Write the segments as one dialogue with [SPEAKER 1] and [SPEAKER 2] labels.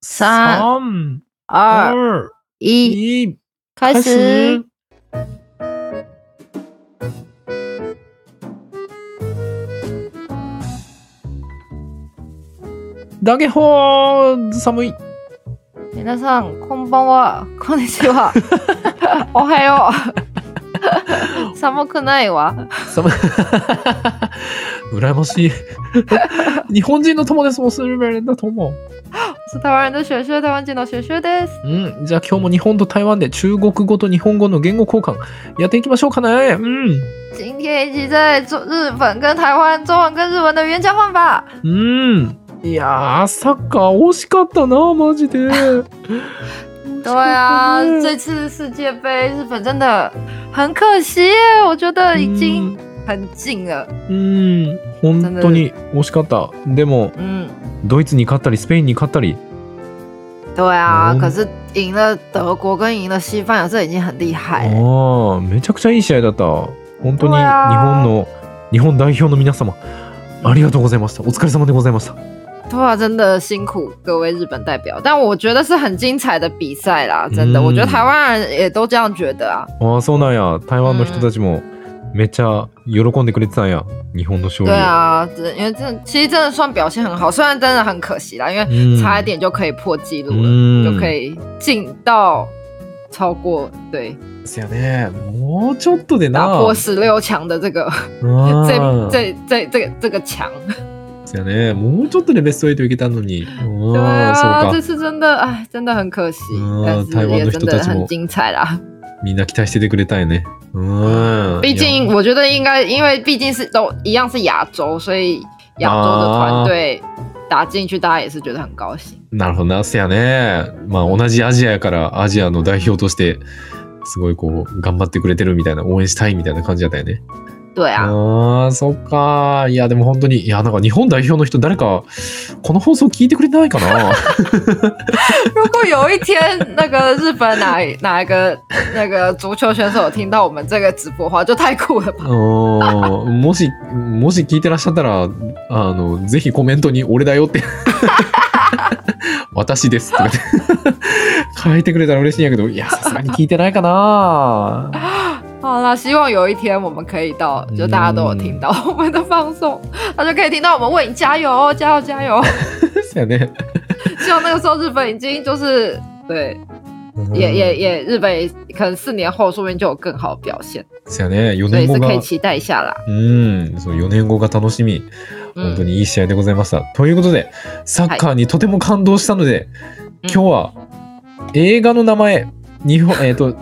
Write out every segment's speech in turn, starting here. [SPEAKER 1] 三、
[SPEAKER 2] 三
[SPEAKER 1] 二、
[SPEAKER 2] 二
[SPEAKER 1] 一，
[SPEAKER 2] 一，
[SPEAKER 1] 开始。。
[SPEAKER 2] だけほー寒い。
[SPEAKER 1] 皆さん、こんばん は。こんにちは。おは よう。寒くないわ。
[SPEAKER 2] 寒い。羨ましい。日本人の友達もするべるんだと思う。
[SPEAKER 1] 是台湾人的雪雪，台湾人の雪雪です。
[SPEAKER 2] うん。じゃあ今日も日本と台湾で中国語と日本語の言語交換やっていきましょうかね。うん。
[SPEAKER 1] 今天一起在做日本跟台湾、中文跟日文的语言交换吧。
[SPEAKER 2] うん。いやー、サッカー惜しかったな、マジで。
[SPEAKER 1] 对啊
[SPEAKER 2] 惜しかったね，
[SPEAKER 1] 这次世界杯日本真的很可惜耶，我觉得已经很近了。
[SPEAKER 2] うん、うん本当に惜しかった。でも、
[SPEAKER 1] 嗯，
[SPEAKER 2] ドイツに勝ったり、スペインに勝ったり、
[SPEAKER 1] 对啊，
[SPEAKER 2] 嗯
[SPEAKER 1] 可是赢了德国跟赢了西班牙，这已经很厉害了。
[SPEAKER 2] ああ、めちゃくちゃいい試合だった。本当に
[SPEAKER 1] う
[SPEAKER 2] 日
[SPEAKER 1] わー
[SPEAKER 2] 本の、日本代表の皆様、ありがとうございました。お疲れ様でございました。
[SPEAKER 1] 对啊，真的辛苦各位日本代表，但我觉得是很精彩的比赛啦，真的，
[SPEAKER 2] 嗯
[SPEAKER 1] 我觉得台湾人也都这样觉得啊。
[SPEAKER 2] ああ、そうなんや。台湾の人たちも、めっちゃ喜んでくれてたんや。日本の勝利
[SPEAKER 1] 对
[SPEAKER 2] を。
[SPEAKER 1] 啊，真因为真的其实真的算表现很好，虽然真的很可惜啦，因为
[SPEAKER 2] 嗯
[SPEAKER 1] 差一点就可以破纪录
[SPEAKER 2] う
[SPEAKER 1] 了，
[SPEAKER 2] ん。
[SPEAKER 1] 就可以进到超过对
[SPEAKER 2] ですよね。もうちょっとで
[SPEAKER 1] 打
[SPEAKER 2] な。
[SPEAKER 1] 破十六强的这个、
[SPEAKER 2] うん
[SPEAKER 1] 这这这这个这个墙。
[SPEAKER 2] ですよね。もうちょっとでベスト8いけたのに。うん
[SPEAKER 1] 对啊，
[SPEAKER 2] そ
[SPEAKER 1] 这
[SPEAKER 2] うか。
[SPEAKER 1] 次真的哎，真的很可惜，
[SPEAKER 2] 嗯
[SPEAKER 1] 但是
[SPEAKER 2] 台湾的
[SPEAKER 1] 也真的
[SPEAKER 2] 人たち
[SPEAKER 1] 很
[SPEAKER 2] も
[SPEAKER 1] 精彩啦。
[SPEAKER 2] みんな期待しててくれたんやね。うん。
[SPEAKER 1] 毕
[SPEAKER 2] い
[SPEAKER 1] 竟
[SPEAKER 2] や
[SPEAKER 1] 我觉得应该，因为毕竟是都一样是亚洲，所以亚洲的团队打进去，大家也是觉得很高兴。
[SPEAKER 2] なるほどな。せやね。まあ同じアジアやからアジアの代表として、すごいこう、頑張ってくれてるみたいな、応援したいみたいな感じだったよね。
[SPEAKER 1] 对啊，
[SPEAKER 2] 哦ああ、そっか。いや、でも本当に、いや、なんか日本代表の人、誰か、この放送聞いてくれてないかな。
[SPEAKER 1] 如果有一天那个日本哪 哪一个那个足球选手有听到我们这个直播的话，就太酷了吧！
[SPEAKER 2] うんもし、もし聞いてらっしゃったら、あの、ぜひコメントに俺だよって。 私ですって書いてくれたら嬉しいんやけど、いや、さすがに聞いてないかな。
[SPEAKER 1] 好啦，希望有一天我们可以到，就大家都有听到我们的放送，那就可以听到我们为你加油哦，加油加油！
[SPEAKER 2] ですよね。
[SPEAKER 1] 希望那个时候日本已经就是对，
[SPEAKER 2] 嗯
[SPEAKER 1] 也也也，日本也可能四年后说不定就有更好的表现，
[SPEAKER 2] ですよね。4
[SPEAKER 1] 所以
[SPEAKER 2] 年後
[SPEAKER 1] 是
[SPEAKER 2] が
[SPEAKER 1] 可以。期待一下啦。
[SPEAKER 2] うん、そう、4年後が楽しみ。本当
[SPEAKER 1] 嗯，
[SPEAKER 2] にいい試合でございました。ということで、サッカーにとても感動したので、
[SPEAKER 1] うん
[SPEAKER 2] 今日は映画の名前、日本、えっ、と、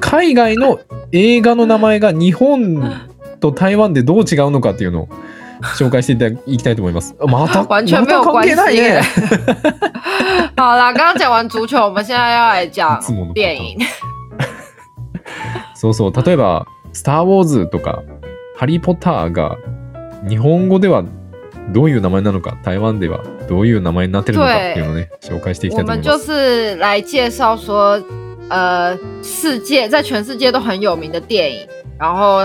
[SPEAKER 2] 海外の映画の名前が日本と台湾でどう違うのかっていうのを紹介していただきたいと思います。あまた、
[SPEAKER 1] 完全
[SPEAKER 2] ま
[SPEAKER 1] 没有
[SPEAKER 2] た関
[SPEAKER 1] 关系
[SPEAKER 2] 係ないね。
[SPEAKER 1] 好啦，刚刚讲完足球，我们现在要来讲
[SPEAKER 2] いつものパターン
[SPEAKER 1] 电影。
[SPEAKER 2] そうそう、例えば、スター・ウォーズとか、ハリー・ポッターが日本語ではどういう名前なのか、台湾ではどういう名前になってるのかっていうのをね、紹介していきた
[SPEAKER 1] 我
[SPEAKER 2] いと
[SPEAKER 1] 们就
[SPEAKER 2] 思いま。
[SPEAKER 1] 是是来介绍说，呃，世界在全世界都很有名的电影，然后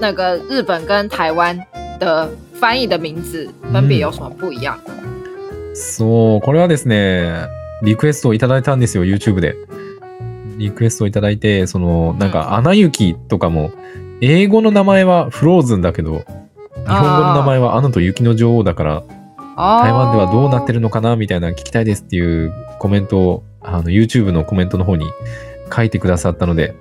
[SPEAKER 1] 那个日本跟台湾的翻译的名字分别有什么不一样？
[SPEAKER 2] そう、これはですね、リクエストをいただいたんですよ、YouTube で。リクエストをいただいて、その、なん
[SPEAKER 1] うん
[SPEAKER 2] か、アナ雪とかも、英語の名前はフローズンだけど、日本語の名前はアナと雪の女王だから、
[SPEAKER 1] 哦
[SPEAKER 2] 台湾ではどうなってるのかなみたいな聞きたいですっていうコメントを、あの、YouTube のコメントの方に書いてくださったので、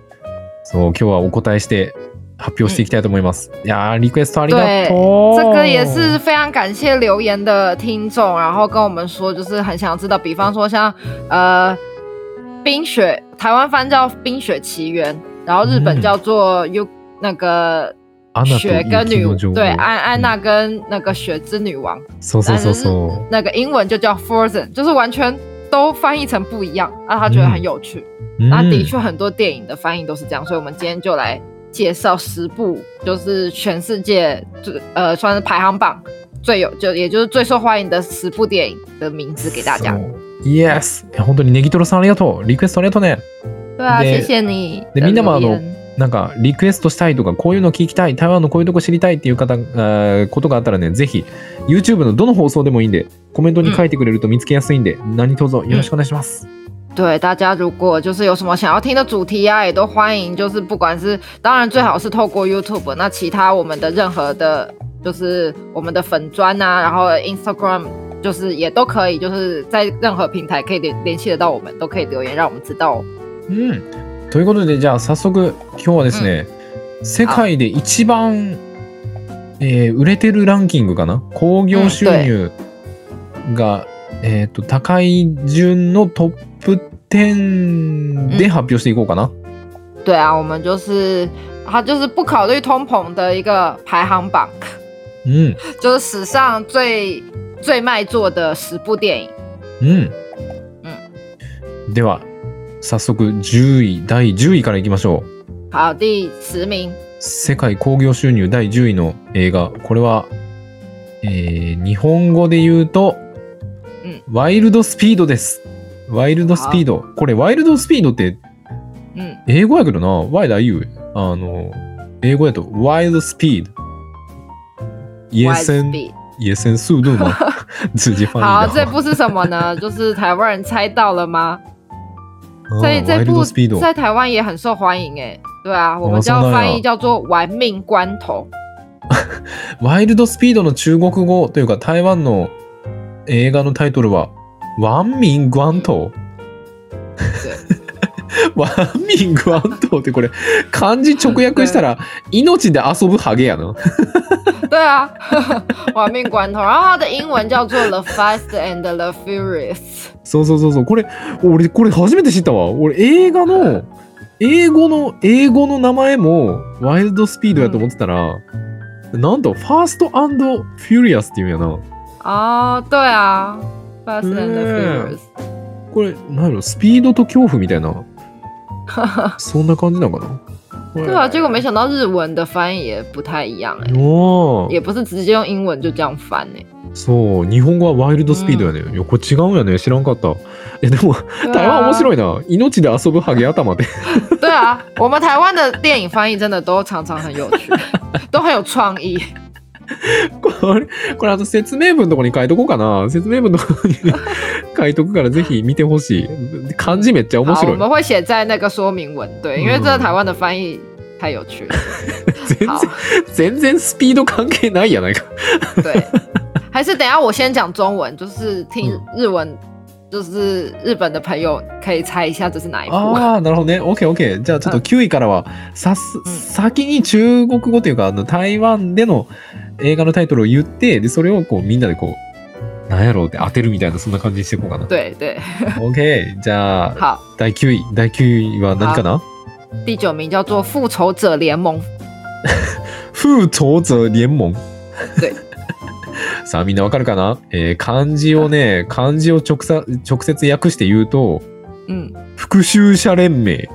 [SPEAKER 2] そう、今日はお答えして発表していきたいと思います。いやー、リクエストありがとう。
[SPEAKER 1] 这个也是非常感谢留言的听众，然后跟我们说，就是很想知道，比方说像呃《冰雪》，台湾翻叫《冰雪奇缘》，然后日本
[SPEAKER 2] 嗯
[SPEAKER 1] 叫做 U、那个
[SPEAKER 2] アナと
[SPEAKER 1] 雪跟
[SPEAKER 2] 雪
[SPEAKER 1] 女
[SPEAKER 2] の女王。
[SPEAKER 1] 对安安娜跟那个雪之女王，
[SPEAKER 2] そうそうそうそう。
[SPEAKER 1] 那个英文就叫 Frozen，就是完全都翻译成不一样，让他觉得很有趣。那
[SPEAKER 2] 嗯
[SPEAKER 1] 的确很多电影的翻译都是这样，所以我们今天就来介绍十部，就是全世界最呃算是排行榜最有就也就是最受欢迎的十部电影的名字给大
[SPEAKER 2] 哦
[SPEAKER 1] 家。
[SPEAKER 2] イエス本当にネギトロさんありがとう。リクエストありがとうね。
[SPEAKER 1] 对啊，谢
[SPEAKER 2] で
[SPEAKER 1] 谢你的
[SPEAKER 2] で
[SPEAKER 1] 留言。
[SPEAKER 2] みんなもあのなんかリクエストしたいとかこういうの聞きたい台湾のこういうとこ知りたいっていう方あーことがあったらねぜひ YouTube のどの放送でもいいんでコメントに書いてくれると見つけやすいんで、何卒よろしくお願いします。
[SPEAKER 1] 对，大家如果就是有什么想要听的主题啊，也都欢迎，就是不管是当然最好是透过 YouTube，那其他我们的任何的，就是我们的粉砖啊，然后 Instagram，就是也都可以，就是在任何平台可以联联系得到我们，都可以留言让我们知道哦。
[SPEAKER 2] うん、ということでじゃあ早速今日はですね、世界で一番、えー売れてるランキングかな興行収入が、えー、と高い順のトップ10で発表していこうかな。
[SPEAKER 1] 对啊，我们就是它就是不考虑通膨的一个排行榜，
[SPEAKER 2] うん、
[SPEAKER 1] 就是史上最最卖座的十部电影。
[SPEAKER 2] うん、では早速10位第10位からいきましょう。
[SPEAKER 1] 好，第十名，
[SPEAKER 2] 世界興行収入第10位の映画これは、えー日本語で言うと、
[SPEAKER 1] うん
[SPEAKER 2] ワイルドスピードです。ワイルドスピードこれワイルドスピードって
[SPEAKER 1] 嗯，
[SPEAKER 2] 英語やけどな Why are you? あの英語やとワイルドスピード。野
[SPEAKER 1] Wild
[SPEAKER 2] 生
[SPEAKER 1] Speed
[SPEAKER 2] 野生 速度吗？自己翻译
[SPEAKER 1] 好，这
[SPEAKER 2] 的
[SPEAKER 1] 部
[SPEAKER 2] 话。
[SPEAKER 1] 是什么呢？ 就是台湾人猜到了吗？所以
[SPEAKER 2] 嗯
[SPEAKER 1] 这
[SPEAKER 2] Wild
[SPEAKER 1] 部
[SPEAKER 2] Speed 哦
[SPEAKER 1] 在台湾也很受欢迎诶。对啊，我们叫
[SPEAKER 2] 送到
[SPEAKER 1] 翻
[SPEAKER 2] 了
[SPEAKER 1] 译叫做“玩命关头
[SPEAKER 2] ワイルドスピードの中国語というか台湾の映画のタイトルは「ワンミン・グアントー」。ワンミン・グアントーってこれ漢字直訳したら「命で遊ぶハゲ」やな。」。
[SPEAKER 1] 对啊， 玩命关头。然后它的英文叫做《The Fast and the Furious
[SPEAKER 2] そうそうそうそうこれ俺これ初めて知ったわ。俺映画の英語の英語の名前もワイルドスピードやと思ってたら、なんと「ファースト・アンド・フューリアス」っていうんやな。」
[SPEAKER 1] 哦，对啊，《Fast and the
[SPEAKER 2] 嗯
[SPEAKER 1] Furious
[SPEAKER 2] これ何やろスピードと恐怖みたい なそんな感じなのかな」。
[SPEAKER 1] 对啊，结果没想到日文的翻译也不太一样诶，欸
[SPEAKER 2] おー
[SPEAKER 1] 也不是直接用英文就这样翻欸诶。
[SPEAKER 2] そう日本語はワイルドスピードやね、いやこれ違うんやね知らんかったえでも
[SPEAKER 1] 对啊
[SPEAKER 2] 台湾面白いな命で遊ぶハゲ頭で
[SPEAKER 1] 对啊，我们台湾的电影翻译真的都常常很有 趣，都很有创意。
[SPEAKER 2] これこれあと説明文のとこに書いとこうかな説明文のとこに 書いとくからぜひ見てほしい漢字めっちゃ面
[SPEAKER 1] 好，
[SPEAKER 2] 白
[SPEAKER 1] 我
[SPEAKER 2] い
[SPEAKER 1] 们会写在那个说明文，对，因为这个台湾的翻译太有趣了。
[SPEAKER 2] 全然
[SPEAKER 1] 好，
[SPEAKER 2] 全然スピード関係ないやないか
[SPEAKER 1] 对，还是等一下我先讲中文，就是听日文，就是日本的朋友可以猜一下这是哪一部。
[SPEAKER 2] ああ、なるほどね。OK、OK。じゃあちょっと9位からは、さす、先に中国語というか、あの、台湾での映画のタイトルを言って、で、それをこう、みんなでこう、なんやろうって当てるみたいな、そんな感じにしていこうかな。
[SPEAKER 1] 对对，
[SPEAKER 2] OK。じゃあ、
[SPEAKER 1] 好，
[SPEAKER 2] 第9位。第9位は何かな
[SPEAKER 1] 第九名叫做《复仇者联盟》。
[SPEAKER 2] 風潮者聯盟。
[SPEAKER 1] 对
[SPEAKER 2] さあ、みんなわかるかなえー漢字をね、漢字を直さ直接訳して言うと、
[SPEAKER 1] 嗯，
[SPEAKER 2] 復讐者連盟。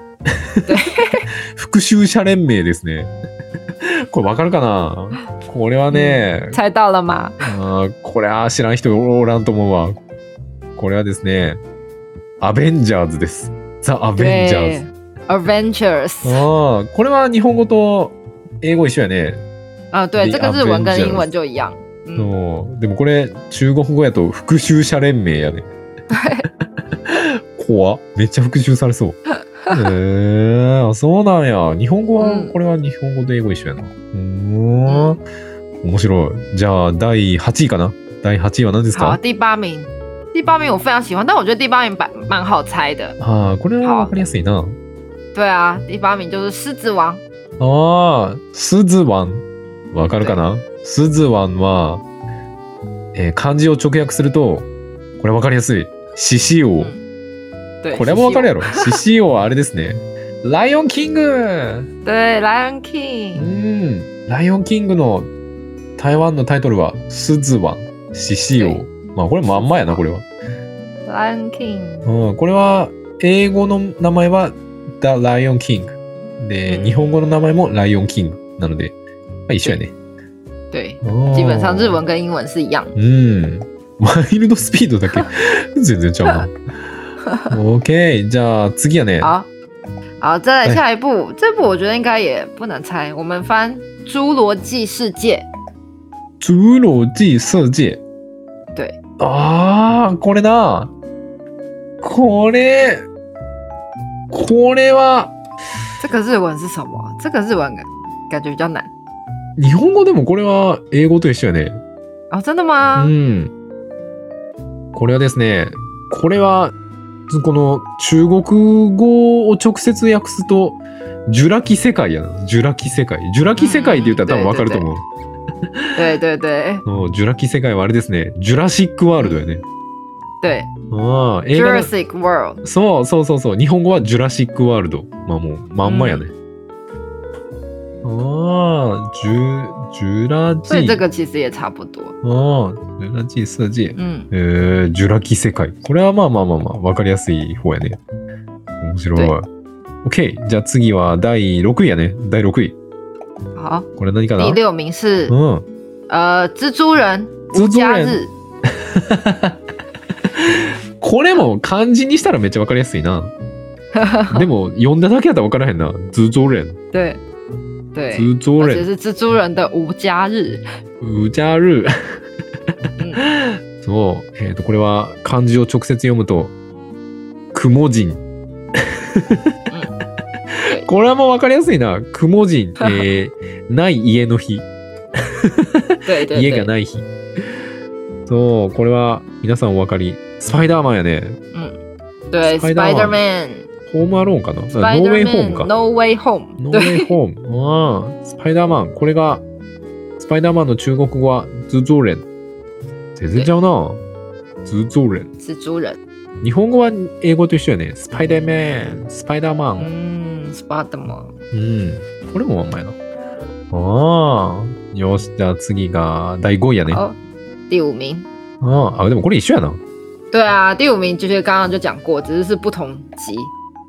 [SPEAKER 2] 復讐者連盟ですね。これわかるかなこれはね、
[SPEAKER 1] 猜到了吗？
[SPEAKER 2] あーこれは知らん人おらんと思うわ。これはですね、アベンジャーズです。ザ・アベンジャー
[SPEAKER 1] 对哦
[SPEAKER 2] ズ。
[SPEAKER 1] ，Avengers。
[SPEAKER 2] あーこれは日本語と英語一緒やね。
[SPEAKER 1] 啊，对，这
[SPEAKER 2] The
[SPEAKER 1] 个日文跟英文就一样。嗯，
[SPEAKER 2] そうでもこれ中国語やと復讐者連盟やね。怖っめっちゃ復讐されそう。へえあそうなんや。日本語は、
[SPEAKER 1] うん
[SPEAKER 2] これは日本語と英語一緒やな。うーん。面白い。じゃあ第8位かな第8位は何です
[SPEAKER 1] 好，
[SPEAKER 2] か
[SPEAKER 1] 第八名，第八名我非常喜欢，但我觉得第八名蛮蛮好猜的。
[SPEAKER 2] ああ、これはわかりやすいな。
[SPEAKER 1] 对啊，第八名就是《狮子王》。
[SPEAKER 2] ああ、すずわん。わかるかなすずわんは、えー漢字を直訳すると、これわかりやすい。獅子王。
[SPEAKER 1] 对，
[SPEAKER 2] これもわかるやろ。獅子王はあれですね。ライオンキング
[SPEAKER 1] 对，《Lion
[SPEAKER 2] う
[SPEAKER 1] King》。
[SPEAKER 2] ん。ライオンキングの台湾のタイトルは、スズワン、獅子
[SPEAKER 1] は
[SPEAKER 2] 王
[SPEAKER 1] い。
[SPEAKER 2] まあこれまんまやな、これは。
[SPEAKER 1] Lion King，
[SPEAKER 2] うん、これは、英語の名前は The Lion King。で、
[SPEAKER 1] うん
[SPEAKER 2] 日本語の名前もライオンキングなので、まあ、一緒やね。
[SPEAKER 1] 对，
[SPEAKER 2] うん
[SPEAKER 1] 基本上日文跟英文是一样。
[SPEAKER 2] うん。ワイルドスピードだ け全然ちゃうな。OK。じゃあ次やね。
[SPEAKER 1] 好，好，再
[SPEAKER 2] 哎
[SPEAKER 1] 来下一部，这部我觉得应该也不难猜。我们翻《侏罗纪世界
[SPEAKER 2] 侏罗紀世界。
[SPEAKER 1] 对。
[SPEAKER 2] ああ、これだ。これ、これは、》，
[SPEAKER 1] 这个日文是什么啊？这个日文感感觉比较难
[SPEAKER 2] 日本語でもこれは英語と一緒よね。
[SPEAKER 1] 哦，真的
[SPEAKER 2] う
[SPEAKER 1] 吗？
[SPEAKER 2] ん。これはですね、これは、この中国語を直接訳すと、ジュラ紀世界やな。ジュラ紀世界。ジュラ紀世界って言ったら多分わかると思う。
[SPEAKER 1] 对对对
[SPEAKER 2] もうジュラ紀世界はあれですね、ジュラシックワールドよね。
[SPEAKER 1] 对
[SPEAKER 2] ああ、映画の。
[SPEAKER 1] ，Jurassic World，
[SPEAKER 2] そうそうそうそう。日本語はジュラシックワールド。まあもう、まんまやね。ああ、ジュ、ジュラジ。
[SPEAKER 1] 所以这个其实也差不多。
[SPEAKER 2] ああ、ジュラジ世界。
[SPEAKER 1] 嗯，
[SPEAKER 2] えー、ジュラ紀世界。これはまあまあまあまあ、わかりやすい方やね。面白い
[SPEAKER 1] はい。
[SPEAKER 2] OK。じゃあ次は第6位やね。第6位。
[SPEAKER 1] 好，
[SPEAKER 2] これ何かな
[SPEAKER 1] 第六名是
[SPEAKER 2] うん。
[SPEAKER 1] 呃蜘蛛人
[SPEAKER 2] 嗯蜘
[SPEAKER 1] 无
[SPEAKER 2] 蛛
[SPEAKER 1] 家
[SPEAKER 2] 人
[SPEAKER 1] 日，
[SPEAKER 2] これも漢字にしたらめっちゃわかりやす いな。でも、読んだだけやったらわからへんな。ズゾレン。
[SPEAKER 1] 对对，
[SPEAKER 2] ズゾ
[SPEAKER 1] 而
[SPEAKER 2] レ
[SPEAKER 1] 且
[SPEAKER 2] ン。
[SPEAKER 1] 是蜘蛛人的无家日。
[SPEAKER 2] ウジャル。そう。えっ、と、これは漢字を直接読むと、雲人。これはもうわかりやすいな。雲 人。えー、ない家の日。
[SPEAKER 1] 对对
[SPEAKER 2] 家が
[SPEAKER 1] 对，
[SPEAKER 2] ない日。そう、これは皆さんお分かり。スパイダーマンやね。
[SPEAKER 1] 对
[SPEAKER 2] Spider-Man
[SPEAKER 1] Spider-Man。
[SPEAKER 2] ホームアローンかなノーウェイホーム
[SPEAKER 1] Spider-Man
[SPEAKER 2] か。
[SPEAKER 1] No 啊呃 Way Home，
[SPEAKER 2] ノーウ
[SPEAKER 1] 对
[SPEAKER 2] ェイホ ーム。ああ、スパイダーマン。これが、スパイダーマンの中国語はズゾーレン。全然ちゃうな。ズゾーレン。
[SPEAKER 1] 蜘蛛人，
[SPEAKER 2] 日本語は英語と一緒やね。スパイダーマン、スパイダーマン。
[SPEAKER 1] 嗯，Spiderman，
[SPEAKER 2] うん。これもまんまやな。ああ。よし、じゃあ次が第5位やね。あ
[SPEAKER 1] 好，哦第五名，
[SPEAKER 2] あ、あでもこれ一緒やな。
[SPEAKER 1] 对啊，第五名就是刚刚就讲过，只是是不同集，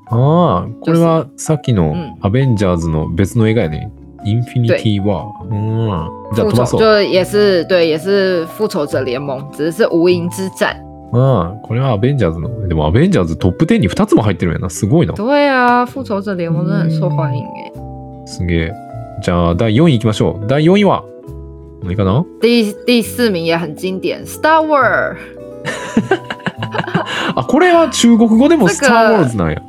[SPEAKER 2] ああ、これはさっき
[SPEAKER 1] う
[SPEAKER 2] の
[SPEAKER 1] ん
[SPEAKER 2] アベンジャーズの別の映画やね。インフィニティ・ワー。うん。じゃあ
[SPEAKER 1] 复
[SPEAKER 2] 飛ば
[SPEAKER 1] 仇
[SPEAKER 2] そう。
[SPEAKER 1] 就也是对，也是复仇者联盟，只是是无垠之战。
[SPEAKER 2] うん。これはアベンジャーズの。でもアベンジャーズトップ10に2つも入ってるんやな。すごいな。
[SPEAKER 1] 对啊，复仇者联盟真的很受欢迎欸诶。
[SPEAKER 2] すげえ。じゃあ第4位行きましょう。第4位は何かな
[SPEAKER 1] 第第四名也很经典，《Star Wars》。
[SPEAKER 2] あ、これは中国語でも
[SPEAKER 1] なん
[SPEAKER 2] ス
[SPEAKER 1] か
[SPEAKER 2] ター・ウォーズなんや。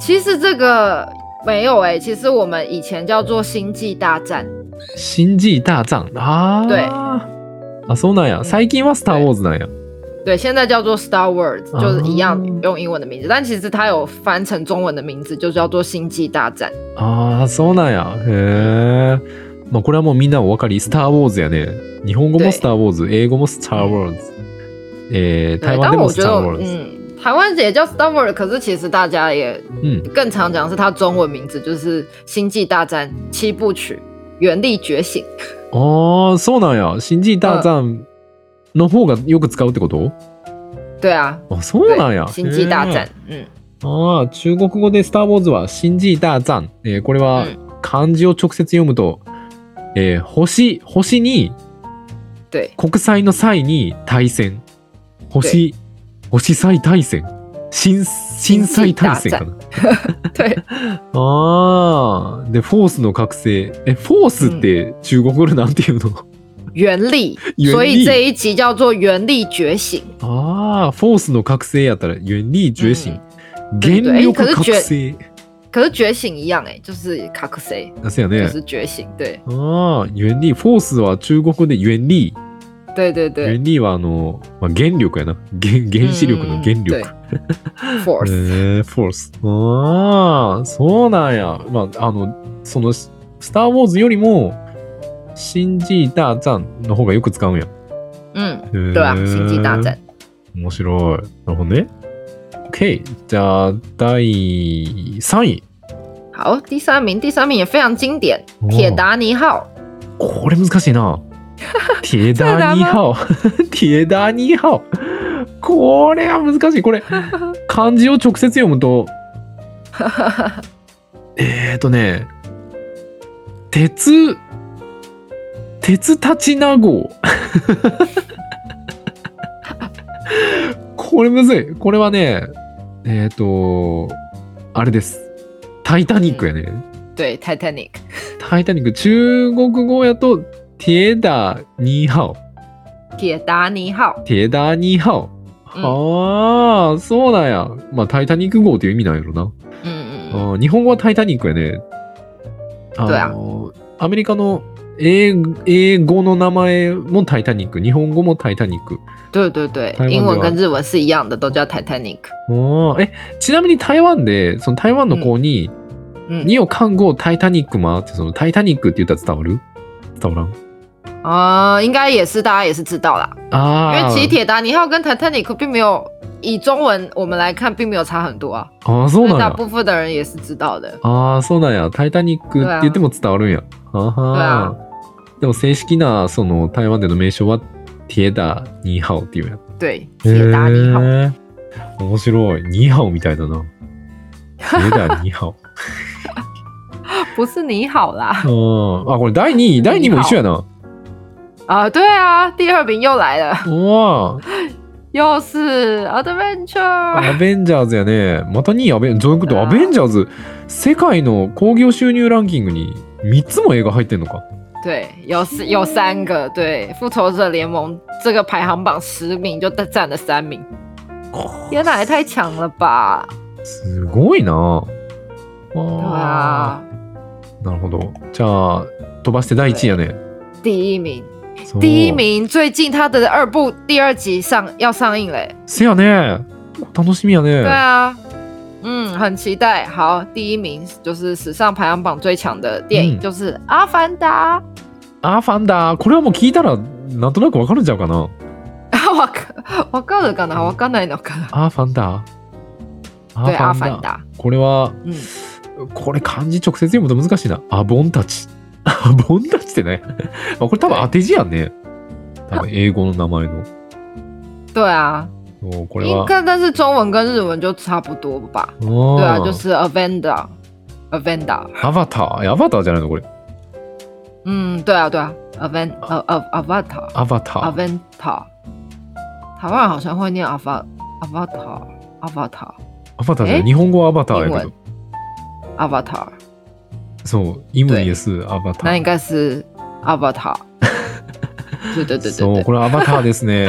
[SPEAKER 1] 其实这个没有诶、其实我们以前叫做《星际大战》。
[SPEAKER 2] 新ジーターザン。あ
[SPEAKER 1] 对
[SPEAKER 2] あ。あ、そうなんや。
[SPEAKER 1] うん
[SPEAKER 2] 最近はスター・ウォーズなんや。
[SPEAKER 1] 对，现在叫做 Star Wars，
[SPEAKER 2] 哦
[SPEAKER 1] 就是一样用英文的名字，但其实它有翻成中文的名字，就叫做《星际大战》。
[SPEAKER 2] ああ、そうなんや。へえ。まあこれはもうみんなお分かり、スター・ウォーズやね。日本語も
[SPEAKER 1] 对
[SPEAKER 2] スター・ウォーズ、英語もスター・ウォーズ。
[SPEAKER 1] 对
[SPEAKER 2] えー、台，
[SPEAKER 1] 但
[SPEAKER 2] 湾でも
[SPEAKER 1] 我
[SPEAKER 2] ス
[SPEAKER 1] 觉得
[SPEAKER 2] ター・
[SPEAKER 1] 我
[SPEAKER 2] ウォーズ。
[SPEAKER 1] 嗯，台湾也叫 Star Wars，可是其实大家也
[SPEAKER 2] うん。
[SPEAKER 1] 更常讲是它中文名字就是《星际大战七部曲：原力觉醒》。
[SPEAKER 2] ああ、そうなんや。新人ターザンの方がよく使うってこと
[SPEAKER 1] 对啊，
[SPEAKER 2] あ、そう
[SPEAKER 1] 对，
[SPEAKER 2] なんや。
[SPEAKER 1] 星际大战嗯，
[SPEAKER 2] へー。ああ、中国語でスター・ウォーズは新人ターザン。えーこれは
[SPEAKER 1] う
[SPEAKER 2] 漢字を直接読むと、えー星、星に
[SPEAKER 1] 对
[SPEAKER 2] 国際の際に対戦。星、星際大戦。新、震災大戦かな。
[SPEAKER 1] 对，
[SPEAKER 2] ああ。で、フォースの覚醒。え、フォースって中国語でなんて言うの、
[SPEAKER 1] 原力，
[SPEAKER 2] 原
[SPEAKER 1] 所以
[SPEAKER 2] 力
[SPEAKER 1] 这一集叫做《原力觉醒》。
[SPEAKER 2] ああ、フォースの覚醒やったら、原力觉醒。
[SPEAKER 1] 对
[SPEAKER 2] 原力
[SPEAKER 1] 可是
[SPEAKER 2] 覚
[SPEAKER 1] 觉
[SPEAKER 2] 醒。
[SPEAKER 1] 可是觉醒一样哎、就是卡克塞，
[SPEAKER 2] あ、そ
[SPEAKER 1] 就
[SPEAKER 2] うやね。
[SPEAKER 1] 是觉醒。对
[SPEAKER 2] ああ、原力。フォースは中国語で原力。
[SPEAKER 1] 对对
[SPEAKER 2] 原
[SPEAKER 1] 对
[SPEAKER 2] 力はあの、まあ、原力やな。原、原子力の原
[SPEAKER 1] うんうんうん
[SPEAKER 2] 力
[SPEAKER 1] 嗯对。，Force。
[SPEAKER 2] えー、フォース。ああ、そうなんや。まあ、あの、その、スター・ウォーズよりも、シンジー・ダー・ザンの方がよく使うんや。
[SPEAKER 1] 嗯，
[SPEAKER 2] へー
[SPEAKER 1] 对啊，星际大战。
[SPEAKER 2] 面白い。なるほどね。OK。じゃあ、第3位。
[SPEAKER 1] 好，第三名，第三名也非常经典，
[SPEAKER 2] 哦
[SPEAKER 1] 《铁达尼号
[SPEAKER 2] これ難しいな。铁达尼号。铁达尼号。これは難しい。これ、漢字を直接読むと、えーとね、鉄、鉄立ちな 号。これむずい。これはね、えーと、あれです。タイタニックやね。
[SPEAKER 1] 对，Titanic。
[SPEAKER 2] タイタニック、中国語やと、铁打ニーハオ。
[SPEAKER 1] 铁达尼号。嗯
[SPEAKER 2] 铁打ニーハオ。
[SPEAKER 1] うん
[SPEAKER 2] ああ、そうなんや。まあ、タイタニック号っていう意味なんやろな。
[SPEAKER 1] 嗯嗯嗯，
[SPEAKER 2] あー日本語はタイタニックやね。あ
[SPEAKER 1] そうや
[SPEAKER 2] のアメリカの英英語の名前もタイタニック、日本語もタイタニック。
[SPEAKER 1] 对对对
[SPEAKER 2] 台湾，的啊
[SPEAKER 1] 英文
[SPEAKER 2] 吧
[SPEAKER 1] 跟日文是一样的，都叫 Titanic。
[SPEAKER 2] おーえちなみに台湾で、その台湾の子に、
[SPEAKER 1] 嗯，
[SPEAKER 2] にを看護タイタニックマって、そのタイタニックって言ったら伝わる伝わらん
[SPEAKER 1] 啊、应该也是大家也是知道啦，因为
[SPEAKER 2] あ
[SPEAKER 1] 其实
[SPEAKER 2] ー
[SPEAKER 1] 铁达尼号跟 Titanic 并没有以中文我们来看并没有差很多啊，
[SPEAKER 2] あー、
[SPEAKER 1] 所
[SPEAKER 2] そ
[SPEAKER 1] 以
[SPEAKER 2] うなん
[SPEAKER 1] 大
[SPEAKER 2] や。
[SPEAKER 1] 部分的人也是知道的。
[SPEAKER 2] ああ、そうなんや。タイタニックって言っても伝わるんや。あはーでも正式な、その台湾での名称は、ティエダ・ニーハオっていうやん
[SPEAKER 1] 对，铁达尼号。
[SPEAKER 2] へー面白い。ニーハオみたいだな。ティエダ・ニーハ オ。
[SPEAKER 1] 不是你好啦。
[SPEAKER 2] うんあ、これ第2位。第2位も一緒やな。
[SPEAKER 1] 啊、对啊，第二名又来了，
[SPEAKER 2] うわー
[SPEAKER 1] 又是 Adventure。
[SPEAKER 2] アベンジャーズやね。また2位アベン、どういうこと
[SPEAKER 1] あ
[SPEAKER 2] ア
[SPEAKER 1] ー
[SPEAKER 2] ベンジャーズ、世界の興行収入ランキングに3つも映画入ってんのか。
[SPEAKER 1] 对，有四有三个，对，复仇者联盟这个排行榜十名就占了三名，天哪，也太强了吧！
[SPEAKER 2] すごいな。わ
[SPEAKER 1] 对
[SPEAKER 2] ー
[SPEAKER 1] 啊，
[SPEAKER 2] なるほど。じゃあ、飛ばして第1位やね。
[SPEAKER 1] 第一名，
[SPEAKER 2] そう
[SPEAKER 1] 第一名，最近他的二部第二集上要上映嘞，
[SPEAKER 2] せやね。楽しみやね。
[SPEAKER 1] 对啊，嗯，很期待。好，第一名就是史上排行榜最强的电影，
[SPEAKER 2] 嗯
[SPEAKER 1] 就是《阿凡达》
[SPEAKER 2] あ、ファンだ。これはもう聞いたら、なんとなくわかるんちゃうかな。
[SPEAKER 1] 啊。我靠，我靠了，干哪？我干哪？我干哪？
[SPEAKER 2] あ、ファンだ。あ
[SPEAKER 1] 对，《阿
[SPEAKER 2] フ
[SPEAKER 1] 凡
[SPEAKER 2] ァンだ。
[SPEAKER 1] 达》。
[SPEAKER 2] これは、
[SPEAKER 1] 嗯，
[SPEAKER 2] これ漢字直接読むと難しいな。アボンたち。アボンたちってね。 まあこれ多分当て字やね。多分英語の名前の。
[SPEAKER 1] 对啊，
[SPEAKER 2] そうこれ
[SPEAKER 1] 应
[SPEAKER 2] は。
[SPEAKER 1] 该但是中文跟日文就差不多吧？对啊，
[SPEAKER 2] あ
[SPEAKER 1] 就
[SPEAKER 2] ー
[SPEAKER 1] 是 Avenda。Avenda，
[SPEAKER 2] アバター。えアバターじゃないのこれ。
[SPEAKER 1] 嗯，对啊，对啊，Aven，呃呃，Avatar，Aventa，
[SPEAKER 2] アバター。
[SPEAKER 1] 台湾好像会念 Ava，Avatar，Avatar，
[SPEAKER 2] アバターじゃない。
[SPEAKER 1] え
[SPEAKER 2] 日本語はアバター
[SPEAKER 1] 英
[SPEAKER 2] や
[SPEAKER 1] 文
[SPEAKER 2] けど。
[SPEAKER 1] Avatar，
[SPEAKER 2] そう。イムイエス、アバタ
[SPEAKER 1] 那
[SPEAKER 2] ー
[SPEAKER 1] 应。该是 Avatar。对对对
[SPEAKER 2] そ
[SPEAKER 1] 对
[SPEAKER 2] う、これアバターです ね。い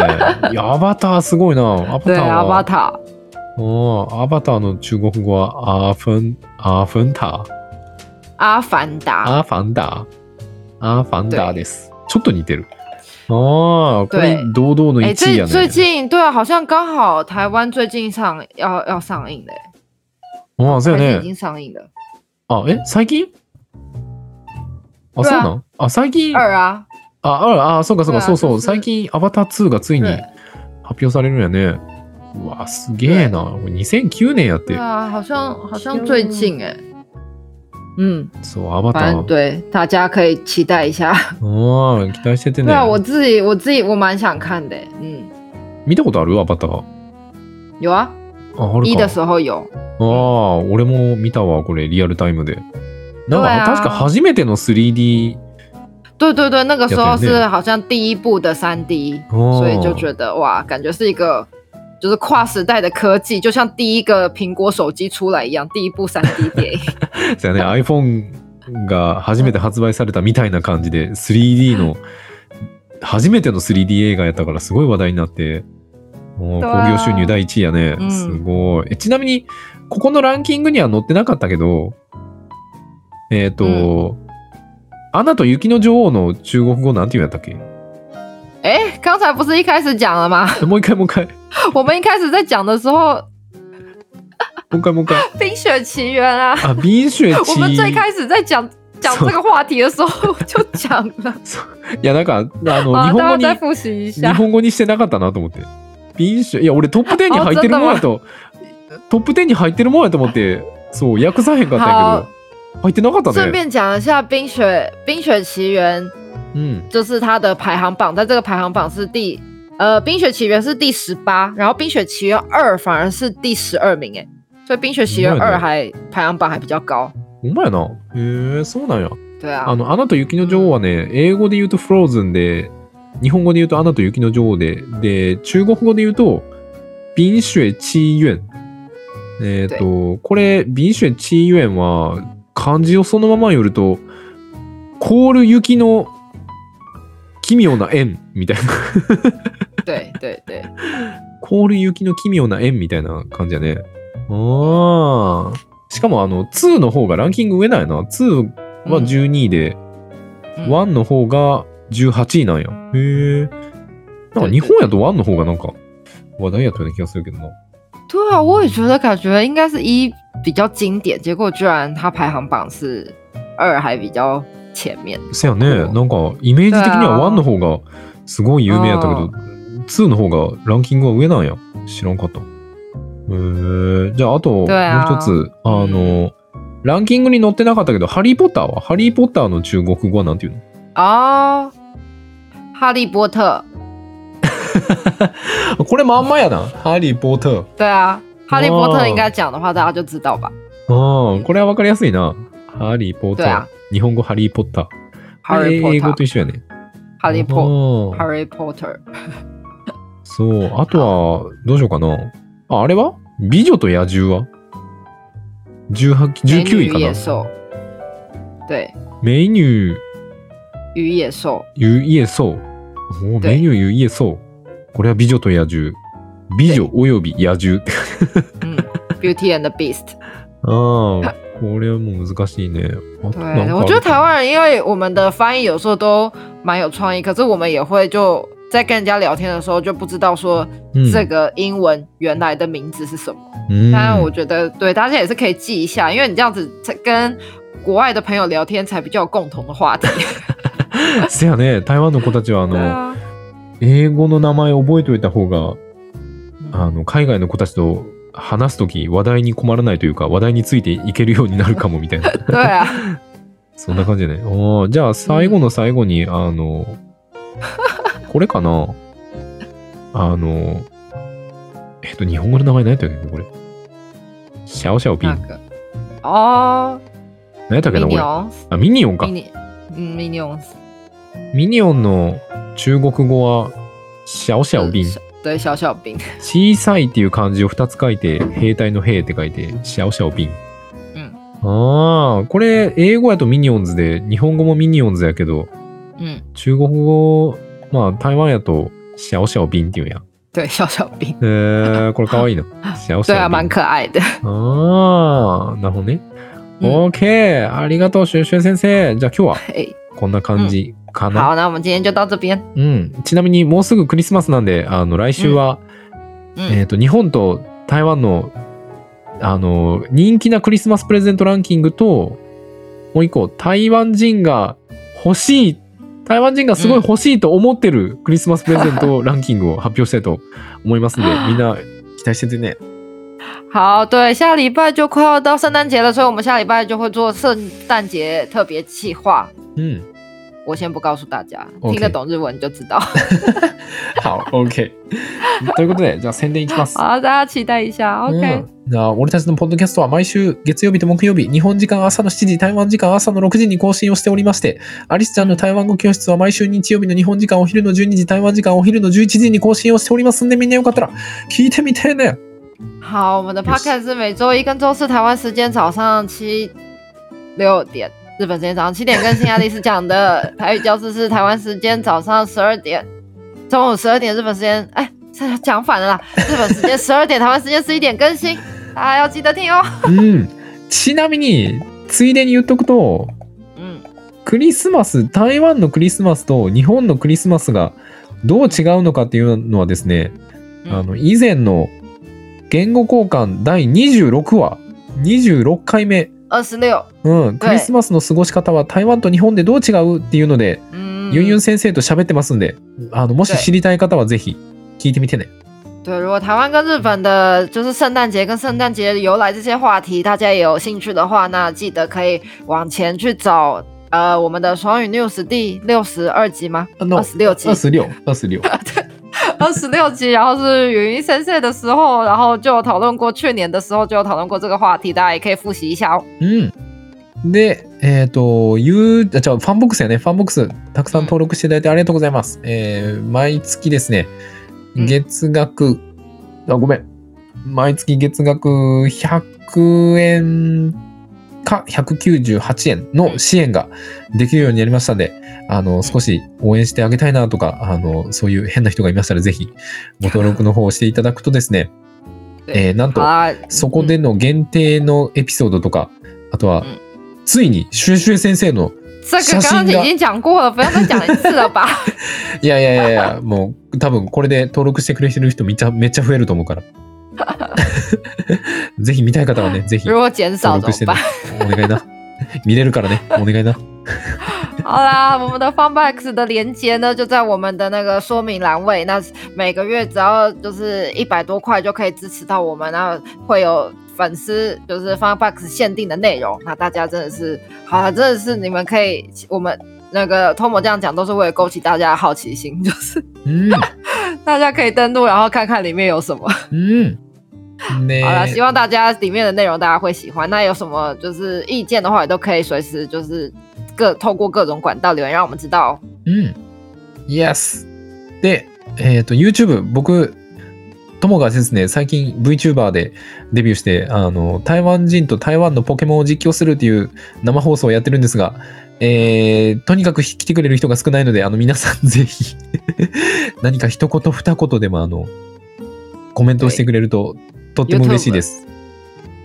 [SPEAKER 2] や、アバターすごいな。アバタ
[SPEAKER 1] 对，对
[SPEAKER 2] ーは。
[SPEAKER 1] Avatar，
[SPEAKER 2] うんアバターの中国語はアーフン、アーフンター。
[SPEAKER 1] 阿凡达。
[SPEAKER 2] アーファンダー。アーファンダーです。ちょっと似てる。ああ、これ
[SPEAKER 1] 对
[SPEAKER 2] 堂々の
[SPEAKER 1] 哎，
[SPEAKER 2] 1位
[SPEAKER 1] 最
[SPEAKER 2] や
[SPEAKER 1] 最
[SPEAKER 2] ね。
[SPEAKER 1] 近对啊，好像刚好台湾最近上要要上映嘞，
[SPEAKER 2] ああ、そう
[SPEAKER 1] 还是已
[SPEAKER 2] やね。
[SPEAKER 1] 经上映了。
[SPEAKER 2] あ、え、最近あ、
[SPEAKER 1] 对
[SPEAKER 2] そう
[SPEAKER 1] 啊
[SPEAKER 2] なんあ、最近、あ、
[SPEAKER 1] 二啊，
[SPEAKER 2] あ、あ、そうかそう
[SPEAKER 1] 对啊
[SPEAKER 2] か、そうそ。
[SPEAKER 1] そううそう
[SPEAKER 2] 最近、アバター2がついに
[SPEAKER 1] 对
[SPEAKER 2] 発表されるんやね。うわ、すげえな。これ2009年やって
[SPEAKER 1] 对。啊，好像好像最近哎，嗯，
[SPEAKER 2] そう、アバタ
[SPEAKER 1] 反正
[SPEAKER 2] ー。
[SPEAKER 1] 对大家可以期待一下。
[SPEAKER 2] うん、期待してて
[SPEAKER 1] 对
[SPEAKER 2] ね。
[SPEAKER 1] 啊，我自己我自己我蛮想看的，嗯，
[SPEAKER 2] 見たことあるアバター。
[SPEAKER 1] 有啊，
[SPEAKER 2] あ、ある
[SPEAKER 1] 一
[SPEAKER 2] か
[SPEAKER 1] 的。时候有，
[SPEAKER 2] ああ、俺も見たわ、これ、リアルタイムで。なん
[SPEAKER 1] うわ
[SPEAKER 2] か、
[SPEAKER 1] ー
[SPEAKER 2] 確か初めての 3D。
[SPEAKER 1] 对对对，那个时
[SPEAKER 2] 有
[SPEAKER 1] 候
[SPEAKER 2] 点
[SPEAKER 1] 是
[SPEAKER 2] 累
[SPEAKER 1] 好像第一部的三 D，
[SPEAKER 2] 哦
[SPEAKER 1] 所以就觉得哇，感觉是一个就是跨时代的科技，就像第一个苹果手机出来一样，第一部三 D 电影。
[SPEAKER 2] そうやね、iPhone が初めて発売されたみたいな感じで、3D の、初めての 3D 映画やったから、すごい話題になって、もう
[SPEAKER 1] う
[SPEAKER 2] 興
[SPEAKER 1] わー
[SPEAKER 2] 行収入第1位やね
[SPEAKER 1] う。ん
[SPEAKER 2] すごい。えちなみに、ここのランキングには載ってなかったけど、えっ、と、アナと雪の女王の中国語なんて言うんやったっけ
[SPEAKER 1] 哎，刚才不是一开始讲了吗？
[SPEAKER 2] もう一回もう一回。
[SPEAKER 1] 我们一开始在讲的时候，《
[SPEAKER 2] もう一回もう一回。
[SPEAKER 1] 冰雪奇缘》啊，
[SPEAKER 2] あ、ビンシュエチ
[SPEAKER 1] 我们最开始在讲讲这个话题的时候 就讲了。
[SPEAKER 2] いや、なんか、あの、日
[SPEAKER 1] 好，大
[SPEAKER 2] 本語
[SPEAKER 1] 家
[SPEAKER 2] に
[SPEAKER 1] 再、复习一
[SPEAKER 2] 日
[SPEAKER 1] 下。
[SPEAKER 2] 本語にしてなかったなと思って。ビンシュ、いや、俺トップ10に入ってるもんやと、トップ10に入ってるもんやと思って、そう、訳さへんかったんやけど、入ってなかった
[SPEAKER 1] 顺
[SPEAKER 2] ね。
[SPEAKER 1] 便讲一下《冰雪冰雪奇缘》，
[SPEAKER 2] うん。
[SPEAKER 1] 就是它的排行榜，在这个排行榜是第呃《冰雪奇缘》是第十八，然后《冰雪奇缘二》反而是第十二名，哎，所以《冰雪奇缘
[SPEAKER 2] 嗯
[SPEAKER 1] 二》还排行榜还比较高。
[SPEAKER 2] ほんまやな。へえ、そうなんや。
[SPEAKER 1] 对啊
[SPEAKER 2] あ，の、アナと雪の女王はね、英語で言うとフローズンで、日本語で言うとアナと雪の女王で、で、中国語で言うと、ビンシュエチーユン。えっ、と、これ、ビンシュエン、チーユエンは、漢字をそのまま読ると、凍る雪の奇妙な円みたいな。
[SPEAKER 1] 对对对，
[SPEAKER 2] 凍る雪の奇妙な円みたいな感じやね。ああ。しかも、あの、2の方がランキング上なんやな。2は12位で、
[SPEAKER 1] 嗯
[SPEAKER 2] 1の方が18位なんや。へえ。なんか日本やと1の方がなんか話題やったような気がするけどな。
[SPEAKER 1] 对啊，我也觉得感觉应该是一比较经典，结果居然它排行榜是二还比较前面。
[SPEAKER 2] せやね、なんかイメージ的には1の方がすごい有名やったけど、2の方がランキングは上なんや。知らんかった。へえ。じゃあ、あともう一
[SPEAKER 1] 对啊
[SPEAKER 2] つ、あの、ランキングに載ってなかったけど、ハリー・ポッターはハリー・ポッターの中国語はなんていうの
[SPEAKER 1] 哦，哈利波特，
[SPEAKER 2] これまんまやな。ハリー・ポッター。
[SPEAKER 1] 对啊，哈利波
[SPEAKER 2] 哦
[SPEAKER 1] 特应该讲的话，大家就知道吧？
[SPEAKER 2] ああ、これはわかりやすいな。ハリー・ポッタ
[SPEAKER 1] 对
[SPEAKER 2] ー
[SPEAKER 1] 啊。
[SPEAKER 2] 日本語ハリー・ポッター。
[SPEAKER 1] 哈利
[SPEAKER 2] こ
[SPEAKER 1] 波
[SPEAKER 2] れ英語と
[SPEAKER 1] 特，
[SPEAKER 2] 一緒やね。
[SPEAKER 1] 啊哈利波，
[SPEAKER 2] ポ
[SPEAKER 1] 哈利波特，
[SPEAKER 2] そう。あとは、どうしようかな。あ、あれは美女と野獣は
[SPEAKER 1] 美
[SPEAKER 2] ?18、19
[SPEAKER 1] 女
[SPEAKER 2] 位
[SPEAKER 1] 与
[SPEAKER 2] かな
[SPEAKER 1] 野。兽，对，
[SPEAKER 2] メニュー、
[SPEAKER 1] 与野兽，
[SPEAKER 2] ゆいえそう。おーメニュー、ゆいえそう。これは美女と野獣。美女および野 獣。
[SPEAKER 1] 嗯，Beauty and the Beast。
[SPEAKER 2] ああ、これはもう難しいね。あとな
[SPEAKER 1] 对，
[SPEAKER 2] んか
[SPEAKER 1] 我觉得台湾人因为我们的翻译有时候都蛮有创意，可是我们也会就在跟人家聊天的时候就不知道说
[SPEAKER 2] うん
[SPEAKER 1] 这个英文原来的名字是什么。
[SPEAKER 2] うん
[SPEAKER 1] 当然，我觉得对大家也是可以记一下，因为你这样子才跟国外的朋友聊天才比较有共同的话题。
[SPEAKER 2] せやね、台湾の子たちはあ
[SPEAKER 1] 对
[SPEAKER 2] の、
[SPEAKER 1] 啊，
[SPEAKER 2] 英語の名前を覚えておいた方が、あ
[SPEAKER 1] 嗯
[SPEAKER 2] の、海外の子たちと話すとき話題に困らないというか、話題についていけるようになるかもみたい な。
[SPEAKER 1] 对 啊，
[SPEAKER 2] そんな感じだね。おーじゃあ最後の最後に、あ の、これかなあの、えっと、日本語の名前何やったっけこれ。シャオシャオピン
[SPEAKER 1] 那。个哦，
[SPEAKER 2] 何やったっけ
[SPEAKER 1] 米
[SPEAKER 2] なこれ。
[SPEAKER 1] 牛，
[SPEAKER 2] あ、ミニオンか
[SPEAKER 1] 米。牛，嗯，米牛，
[SPEAKER 2] ミニオンの中国語は、シャオシャオビン。
[SPEAKER 1] 对， 小小兵，
[SPEAKER 2] 小さいっていう漢字を2つ書いて、兵隊の兵って書いて、シャオシャオピン。
[SPEAKER 1] うん
[SPEAKER 2] ああ、これ、英語やとミニオンズで、日本語もミニオンズやけど、
[SPEAKER 1] 嗯，
[SPEAKER 2] 中国語、まあ、台湾やと、シャオシャオビンっていうんや。
[SPEAKER 1] 对，小小兵，
[SPEAKER 2] えー、これかわい いな。シャオシ
[SPEAKER 1] 对
[SPEAKER 2] ャ
[SPEAKER 1] 啊，
[SPEAKER 2] オビ
[SPEAKER 1] 蛮
[SPEAKER 2] ン。
[SPEAKER 1] 可爱的。
[SPEAKER 2] ああ、なるほどね。
[SPEAKER 1] うん
[SPEAKER 2] OK! ありがとう、シュンシュン先生。じゃあ今日は
[SPEAKER 1] 哎，
[SPEAKER 2] こんな感じかな。
[SPEAKER 1] 好，那我们今天就到这边。
[SPEAKER 2] うん、ちなみにもうすぐクリスマスなんで、あの来週は、
[SPEAKER 1] 嗯
[SPEAKER 2] えっ、と日本と台湾のあの人気なクリスマスプレゼントランキングと、もう一個台湾人が欲しい台湾人がすごい欲しいと思ってるクリスマスプレゼントランキングを発表したいと思いますんで、みんな期待しててね。
[SPEAKER 1] 好，对，下礼拜就快要到圣诞节了，所以我们下礼拜就会做圣诞节特别企划。
[SPEAKER 2] うん。
[SPEAKER 1] 我先不告诉大家
[SPEAKER 2] OK
[SPEAKER 1] 听得懂日文就知道。
[SPEAKER 2] 好、OK。ということで、じゃあ宣伝いきます。
[SPEAKER 1] 好，大家期待一下。OK，、
[SPEAKER 2] うんじゃあ、俺たちのポッドキャストは毎週月曜日と木曜日、日本時間朝の7時、台湾時間朝の6時に更新をしておりまして、アリスちゃんの台湾語教室は毎週日曜日の日本時間お昼の12時、台湾時間お昼の11時に更新をしておりますんで、みんなよかったら聞いてみてね。
[SPEAKER 1] 好，我们的
[SPEAKER 2] Yes
[SPEAKER 1] Podcast 是每周一跟周四台湾时间早上七六点，日本时间早上七点更新。爱丽丝讲的台语教室是台湾时间早上十二点，中午十二点日本时间，哎，这讲反了啦，日本时间十二点，台湾时间十一点更新，大家要记得听哦。
[SPEAKER 2] うん。ちなみに、ついでに言っとくと、
[SPEAKER 1] 嗯。
[SPEAKER 2] クリスマス、台湾のクリスマスと日本のクリスマスがどう違うのかっていうのはですね、
[SPEAKER 1] うん
[SPEAKER 2] あの以前の言語交換第26話、26回目、
[SPEAKER 1] 二十六，
[SPEAKER 2] うん、クリスマスの過ごし方は台湾と日本でどう違うっていうので、
[SPEAKER 1] 嗯，
[SPEAKER 2] ユンユン先生と喋ってますんで、あのもし知りたい方はぜひ聞いてみてね。
[SPEAKER 1] 对，如果台湾跟日本的，就是圣诞节跟圣诞节的由来这些话题，大家也有兴趣的话，那记得可以往前去找。呃，我们的双语 news 第六十二集吗？
[SPEAKER 2] あ
[SPEAKER 1] 哦二
[SPEAKER 2] の
[SPEAKER 1] 十六集，
[SPEAKER 2] 26、26。
[SPEAKER 1] 二十六集，然后是云云先生的时候，然后就有讨论过去年的时候就有讨论过这个话题，大家也可以复习一下哦。
[SPEAKER 2] うん。で、えっ、と、ゆう、あ、じゃあファンボックスやね。ファンボックス、たくさん登録していただいてありがとうございます。えー毎月ですね、
[SPEAKER 1] うん
[SPEAKER 2] 月額、あ、ごめん。毎月月額100円か198円の支援ができるようになりましたので、あの、少し応援してあげたいなとか、あの、そういう変な人がいましたら、ぜひ、ご登録の方をしていただくとですね、えーなんと、
[SPEAKER 1] はい
[SPEAKER 2] そこでの限定のエピソードとか、あとは
[SPEAKER 1] うん、
[SPEAKER 2] ついに、シュエシュエ先生の、
[SPEAKER 1] 这个刚刚已经讲过了，不要再讲一次了吧？
[SPEAKER 2] いやいやいやいや、もう、多分これで登録してくれてる人めっちゃ、めっちゃ増えると思う から。ぜひ見たい方はね、ぜひ
[SPEAKER 1] 如果减少
[SPEAKER 2] 登
[SPEAKER 1] 怎
[SPEAKER 2] 録し
[SPEAKER 1] 么办？。
[SPEAKER 2] てねお願いな。見れるからね、お願いな。
[SPEAKER 1] 好啦，我们的 Funbox 的连接呢，就在我们的那个说明栏位。那每个月只要就是一百多块就可以支持到我们，那会有粉丝就是 Funbox 限定的内容。那大家真的是，好了，真的是你们可以，我们那个 Tomo 这样讲都是为了勾起大家的好奇心，就是
[SPEAKER 2] うん、
[SPEAKER 1] 大家可以登录，然后看看里面有什么。
[SPEAKER 2] うん。 ね
[SPEAKER 1] 好了，希望大家里面的内容大家会喜欢。那有什么就是意见的话，也都可以随时就是各透过各种管道留言，让我们知道哦。
[SPEAKER 2] うん。Yes! で、えっ、と、YouTube、僕、友がですね、最近 VTuber でデビューして、あの、台湾人と台湾のポケモンを実況するっていう生放送をやってるんですが、えーとにかく来てくれる人が少ないので、あの、皆さん ぜひ、何か一言二言でも、あの、コメントをしてくれると、とっても嬉しいです。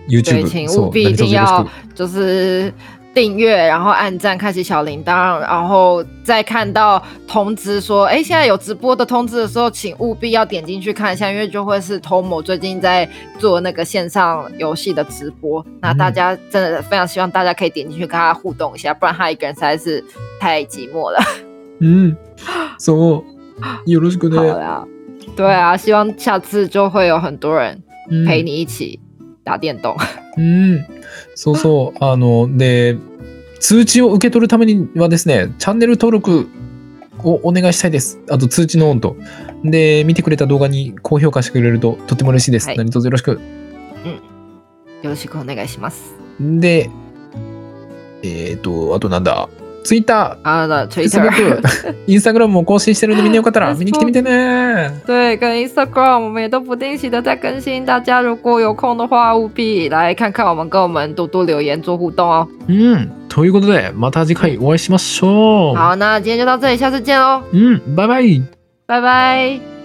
[SPEAKER 1] 对，
[SPEAKER 2] YouTube、
[SPEAKER 1] 请
[SPEAKER 2] そ
[SPEAKER 1] 务
[SPEAKER 2] う、
[SPEAKER 1] 必一定
[SPEAKER 2] 何卒よろし
[SPEAKER 1] 要
[SPEAKER 2] く。
[SPEAKER 1] 就是订阅，然后按赞，开启小铃铛，然后再看到通知说，哎，现在有直播的通知的时候，请务必要点进去看一下，因为就会是 Tomo 最近在做那个线上游戏的直播，那大家真的非常希望大家可以点进去跟他互动一下，不然他一个人实在是太寂寞了。
[SPEAKER 2] うん。そう。よろしくね
[SPEAKER 1] 好。啦，对啊，希望下次就会有很多人
[SPEAKER 2] うん
[SPEAKER 1] 陪你一起打电动。
[SPEAKER 2] うん、そうそう。あの、で、通知を受け取るためにはですね、チャンネル登録をお願いしたいです。あと通知のオンと。で、見てくれた動画に高評価してくれるととっても嬉しいです。
[SPEAKER 1] はい
[SPEAKER 2] 何卒よろしく。
[SPEAKER 1] よろしくお願いします。
[SPEAKER 2] で、えっ、と、あとなんだ。Twitter、
[SPEAKER 1] 啊，那 Twitter。
[SPEAKER 2] Facebook、Instagram も更新してるんでみんなよかったら見に来てみてね。
[SPEAKER 1] 对，跟 Instagram 我们也都不定期的在更新，大家如果有空的话，务必来看看我们，跟我们多多留言做互动哦。
[SPEAKER 2] うん。ということで、また次回お会いしましょう。
[SPEAKER 1] 好，那今天就到这里，下次见喽，哦
[SPEAKER 2] うん。バイバイ。
[SPEAKER 1] 拜拜。